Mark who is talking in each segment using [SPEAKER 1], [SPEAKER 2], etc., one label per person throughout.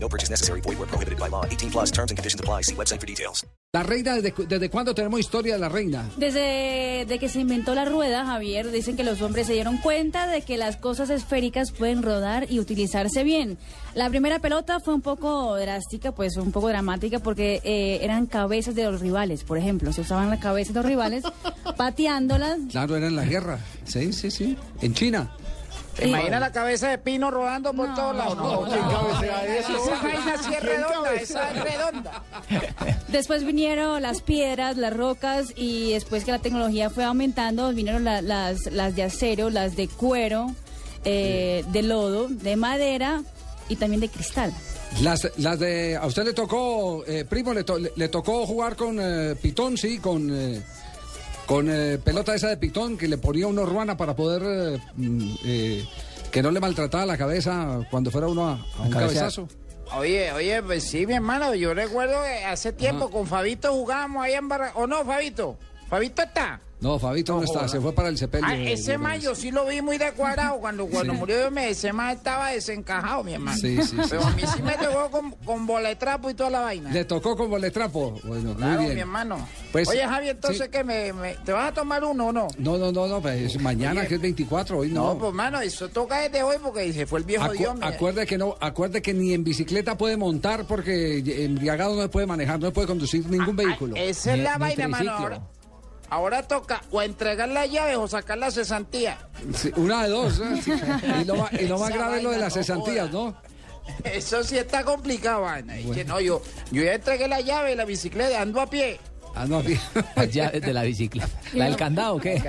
[SPEAKER 1] No purchase necessary. Void where prohibited by law. 18 plus terms and conditions apply. See website for details.
[SPEAKER 2] La reina, ¿desde, cu- desde cuándo tenemos historia de la reina?
[SPEAKER 3] Desde de que se inventó la rueda, Javier, dicen que los hombres se dieron cuenta de que las cosas esféricas pueden rodar y utilizarse bien. La primera pelota fue un poco drástica, pues un poco dramática, porque eh, eran cabezas de los rivales, por ejemplo. Se usaban las cabezas de los rivales pateándolas.
[SPEAKER 2] Claro, era en la guerra. Sí, sí, sí. En China.
[SPEAKER 4] ¿Te imaginas la cabeza de pino rodando por todos lados? No, ¿quién cabecea eso? Esa vaina sí es redonda, esa es redonda.
[SPEAKER 3] Después vinieron las piedras, las rocas y después que la tecnología fue aumentando, vinieron la- las, las de acero, las de cuero, eh, de lodo, de madera y también de cristal.
[SPEAKER 2] Las, las de. A usted le tocó, eh, primo, le, to- le- le tocó jugar con eh, pitón, sí, con. eh, con eh, pelota esa de pitón que le ponía uno ruana para poder. eh, mm, eh, que no le maltrataba la cabeza cuando fuera uno a, a un cabezazo.
[SPEAKER 4] Oye, oye, pues sí, mi hermano, yo recuerdo que hace tiempo con Fabito jugábamos ahí en Barranquilla. ¿O no, Fabito? ¿Fabito está?
[SPEAKER 2] No, Fabito no, está, se fue para el sepelio.
[SPEAKER 4] Ah, ese mayo sí lo vi muy descuadrado. Cuando, cuando
[SPEAKER 2] Sí.
[SPEAKER 4] murió yo me ese mayo estaba desencajado, mi hermano.
[SPEAKER 2] Sí, sí, sí.
[SPEAKER 4] Pero a mí sí me tocó con, con boletrapo y toda la vaina.
[SPEAKER 2] Le tocó con boletrapo. Bueno,
[SPEAKER 4] Claro,
[SPEAKER 2] muy bien.
[SPEAKER 4] mi hermano.
[SPEAKER 2] Pues-
[SPEAKER 4] Oye, Javi, entonces,
[SPEAKER 2] sí.
[SPEAKER 4] que me, me- ¿te vas a tomar uno o no?
[SPEAKER 2] No, no, no, no, pues, mañana que es 24, hoy
[SPEAKER 4] No,
[SPEAKER 2] no.
[SPEAKER 4] pues, mano, eso toca desde hoy porque se fue el viejo
[SPEAKER 2] Acu-
[SPEAKER 4] Dios. mi-
[SPEAKER 2] acuerde que no, acuerde que ni en bicicleta puede montar porque ye- embriagado no puede manejar, no puede conducir ningún
[SPEAKER 4] Ay,
[SPEAKER 2] vehículo.
[SPEAKER 4] Esa Ah, es
[SPEAKER 2] Ni-
[SPEAKER 4] la
[SPEAKER 2] ni
[SPEAKER 4] vaina, mano.
[SPEAKER 2] triciclo.
[SPEAKER 4] Ahora, ahora toca o entregar las llaves o sacar la cesantía.
[SPEAKER 2] Sí, una de dos. ¿eh? Sí. Y lo, ma- y lo más
[SPEAKER 4] Esa
[SPEAKER 2] grave es lo de
[SPEAKER 4] vaina
[SPEAKER 2] las
[SPEAKER 4] no
[SPEAKER 2] cesantías, ¿no?
[SPEAKER 4] Eso sí está complicado, vaina. Es que no, yo, yo ya entregué la llave y la bicicleta, ando a pie.
[SPEAKER 2] Ah, no, bien.
[SPEAKER 5] Allá desde la bicicleta. ¿La del candado o qué?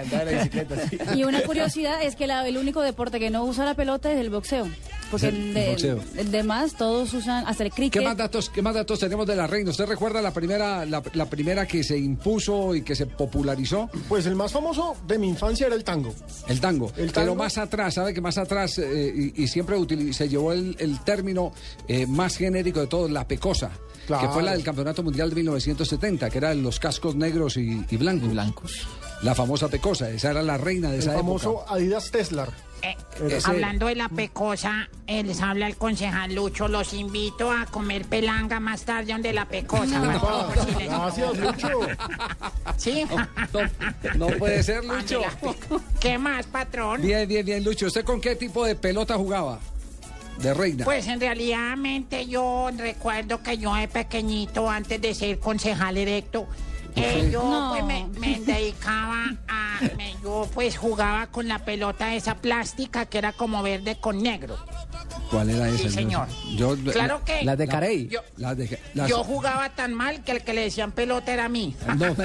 [SPEAKER 3] Y una curiosidad es que la- el único deporte que no usa la pelota es el boxeo. Porque
[SPEAKER 2] Sí,
[SPEAKER 3] el,
[SPEAKER 2] el
[SPEAKER 3] de-
[SPEAKER 2] boxeo.
[SPEAKER 3] el demás todos usan hasta el
[SPEAKER 2] ¿Qué
[SPEAKER 3] cricket.
[SPEAKER 2] más datos, qué más datos tenemos de la reina? ¿Usted recuerda la primera, la, la primera que se impuso y que se popularizó?
[SPEAKER 6] Pues el más famoso de mi infancia era el tango.
[SPEAKER 2] El tango. Pero
[SPEAKER 6] El tango.
[SPEAKER 2] más atrás, ¿sabe que más atrás? eh, y, y siempre utili- se llevó el, el término eh, más genérico de todos, la pecosa. Que
[SPEAKER 6] Claro.
[SPEAKER 2] fue la del Campeonato Mundial de 1970, que era los cascos negros y, y blancos.
[SPEAKER 5] Blancos.
[SPEAKER 2] La famosa pecosa, esa era la reina de
[SPEAKER 6] El
[SPEAKER 2] esa
[SPEAKER 6] famoso
[SPEAKER 2] época.
[SPEAKER 6] Adidas Teslar.
[SPEAKER 7] Eh,
[SPEAKER 2] Ese-
[SPEAKER 7] hablando de la pecosa, eh, les habla el concejal Lucho. Los invito a comer pelanga más tarde donde la pecosa. para
[SPEAKER 6] Ah,
[SPEAKER 7] todos y les-
[SPEAKER 6] Gracias, mucho.
[SPEAKER 7] Sí.
[SPEAKER 2] No, no puede ser, Lucho.
[SPEAKER 7] ¿Qué más, patrón?
[SPEAKER 2] Bien, bien, bien, Lucho. ¿Usted con qué tipo de pelota jugaba? De reina.
[SPEAKER 7] Pues en realidad yo recuerdo que yo de pequeñito, antes de ser concejal electo, eh, yo
[SPEAKER 3] No.
[SPEAKER 7] pues, me, me dedicaba a... me- yo pues jugaba con la pelota esa plástica que era como verde con negro.
[SPEAKER 2] ¿Cuál era esa?
[SPEAKER 7] Sí,
[SPEAKER 2] Yo-
[SPEAKER 7] señor.
[SPEAKER 2] Yo,
[SPEAKER 7] Claro que...
[SPEAKER 5] ¿Las de Carey?
[SPEAKER 7] Yo-
[SPEAKER 2] Las de- las-
[SPEAKER 7] Yo jugaba tan mal que el que le decían pelota era a mí.
[SPEAKER 2] No,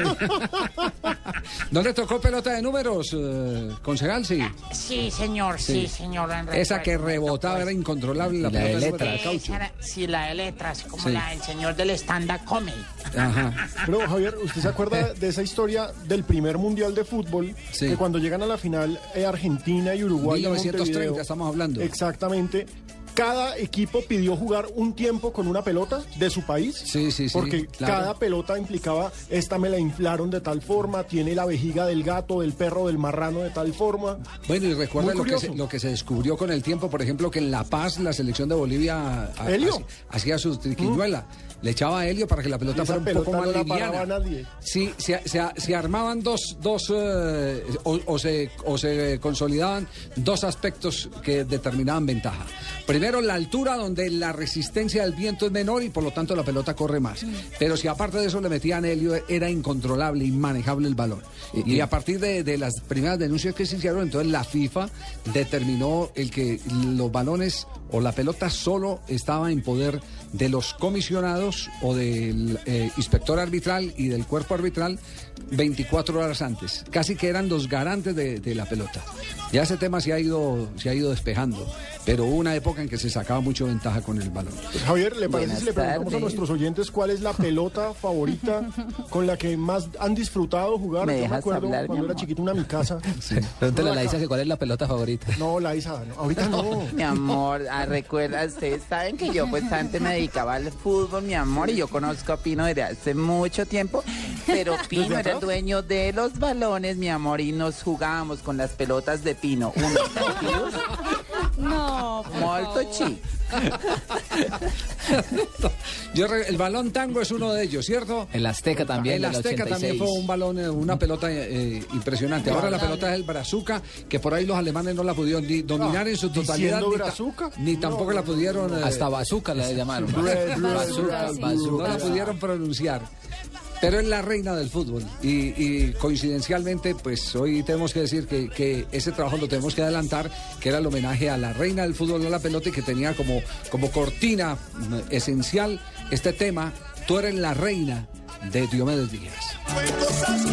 [SPEAKER 2] ¿No le tocó pelota de números, eh, concejal? Sí.
[SPEAKER 7] Sí, señor,
[SPEAKER 2] Sí.
[SPEAKER 7] sí, señor. en
[SPEAKER 2] Esa
[SPEAKER 7] recuerdo,
[SPEAKER 2] que
[SPEAKER 7] me
[SPEAKER 2] rebotaba
[SPEAKER 7] tocó
[SPEAKER 2] era
[SPEAKER 7] esa.
[SPEAKER 2] incontrolable la
[SPEAKER 5] Y la
[SPEAKER 2] pelota
[SPEAKER 5] de
[SPEAKER 2] de números de
[SPEAKER 7] Esa
[SPEAKER 2] caucho.
[SPEAKER 7] era- sí, la de letras, como
[SPEAKER 2] Sí.
[SPEAKER 7] la del señor del stand-up comedy.
[SPEAKER 2] Ajá.
[SPEAKER 6] Pero Javier, ¿usted se acuerda de esa historia del primer mundial de fútbol?
[SPEAKER 2] Sí.
[SPEAKER 6] Que cuando llegan a la final eh, Argentina y Uruguay. en
[SPEAKER 2] 1930
[SPEAKER 6] Montevideo,
[SPEAKER 2] estamos hablando.
[SPEAKER 6] Exactamente. Cada equipo pidió jugar un tiempo con una pelota de su país.
[SPEAKER 2] Sí, sí, sí,
[SPEAKER 6] Porque
[SPEAKER 2] claro.
[SPEAKER 6] cada pelota implicaba, esta me la inflaron de tal forma, tiene la vejiga del gato, del perro, del marrano de tal forma.
[SPEAKER 2] Bueno, y recuerda
[SPEAKER 6] Muy
[SPEAKER 2] lo que, se,
[SPEAKER 6] curioso.
[SPEAKER 2] lo que se descubrió con el tiempo, por ejemplo, que en La Paz la selección de Bolivia ha-
[SPEAKER 6] Helio. Mm.
[SPEAKER 2] hacía- hacía su triquiñuela. Le echaba a helio para que la pelota
[SPEAKER 6] Esa
[SPEAKER 2] fuera un
[SPEAKER 6] pelota
[SPEAKER 2] poco más
[SPEAKER 6] no la paraba
[SPEAKER 2] liviana.
[SPEAKER 6] nadie.
[SPEAKER 2] Sí, se, se- se armaban dos, dos eh, o, o se, o se consolidaban dos aspectos que determinaban ventaja. Primero, la altura donde la resistencia del viento es menor y por lo tanto la pelota corre más. Pero si aparte de eso le metían helio, era incontrolable, inmanejable el balón. Y, y a partir de, de las primeras denuncias que se hicieron, entonces la FIFA determinó el que los balones o la pelota solo estaba en poder de los comisionados o del eh, inspector arbitral y del cuerpo arbitral 24 horas antes. Casi que eran los garantes de, de la pelota. Ya ese tema se ha ido, se ha ido despejando, pero hubo una época en que se sacaba mucha ventaja con el balón.
[SPEAKER 6] Javier, ¿le parece si le preguntamos a nuestros oyentes cuál es la pelota favorita con la que más han disfrutado jugar? Yo me acuerdo cuando era chiquito una mi casa.
[SPEAKER 5] Pregúntale a la Isa que cuál es la pelota favorita.
[SPEAKER 6] No, la Isa, no, ahorita no.
[SPEAKER 4] Mi amor, ah, recuerda, ustedes saben que yo pues antes me dedicaba al fútbol, mi amor, y yo conozco a Pino desde hace mucho tiempo, pero Pino era el dueño de los balones, mi amor, y nos jugábamos con las pelotas de Pino. Unos partidos
[SPEAKER 3] No, por
[SPEAKER 4] molto
[SPEAKER 3] favor.
[SPEAKER 4] chi.
[SPEAKER 2] Yo re- el balón tango es uno de ellos, ¿cierto?
[SPEAKER 5] El Azteca también.
[SPEAKER 2] El
[SPEAKER 5] del
[SPEAKER 2] Azteca también
[SPEAKER 5] 86.
[SPEAKER 2] fue un balón, eh, una pelota eh, impresionante. Ahora la pelota es el Brazuca, que por ahí los alemanes no la pudieron ni dominar en su totalidad.
[SPEAKER 6] ¿diciendo
[SPEAKER 2] Ni, ta-
[SPEAKER 6] Brazuca?
[SPEAKER 2] ni
[SPEAKER 6] No,
[SPEAKER 2] tampoco
[SPEAKER 6] no,
[SPEAKER 2] la pudieron. eh,
[SPEAKER 5] Hasta Bazooka la llamaron.
[SPEAKER 6] Red, red,
[SPEAKER 5] Bazooka,
[SPEAKER 3] red,
[SPEAKER 2] no la
[SPEAKER 5] Bazooka.
[SPEAKER 2] pudieron pronunciar. Pero es la reina del fútbol. Y, y coincidencialmente, pues hoy tenemos que decir que, que ese trabajo lo tenemos que adelantar, que era el homenaje a la reina del fútbol a la pelota y que tenía como, como cortina mm, esencial este tema, tú eres la reina de Diomedes Díaz.
[SPEAKER 8] Hay cosas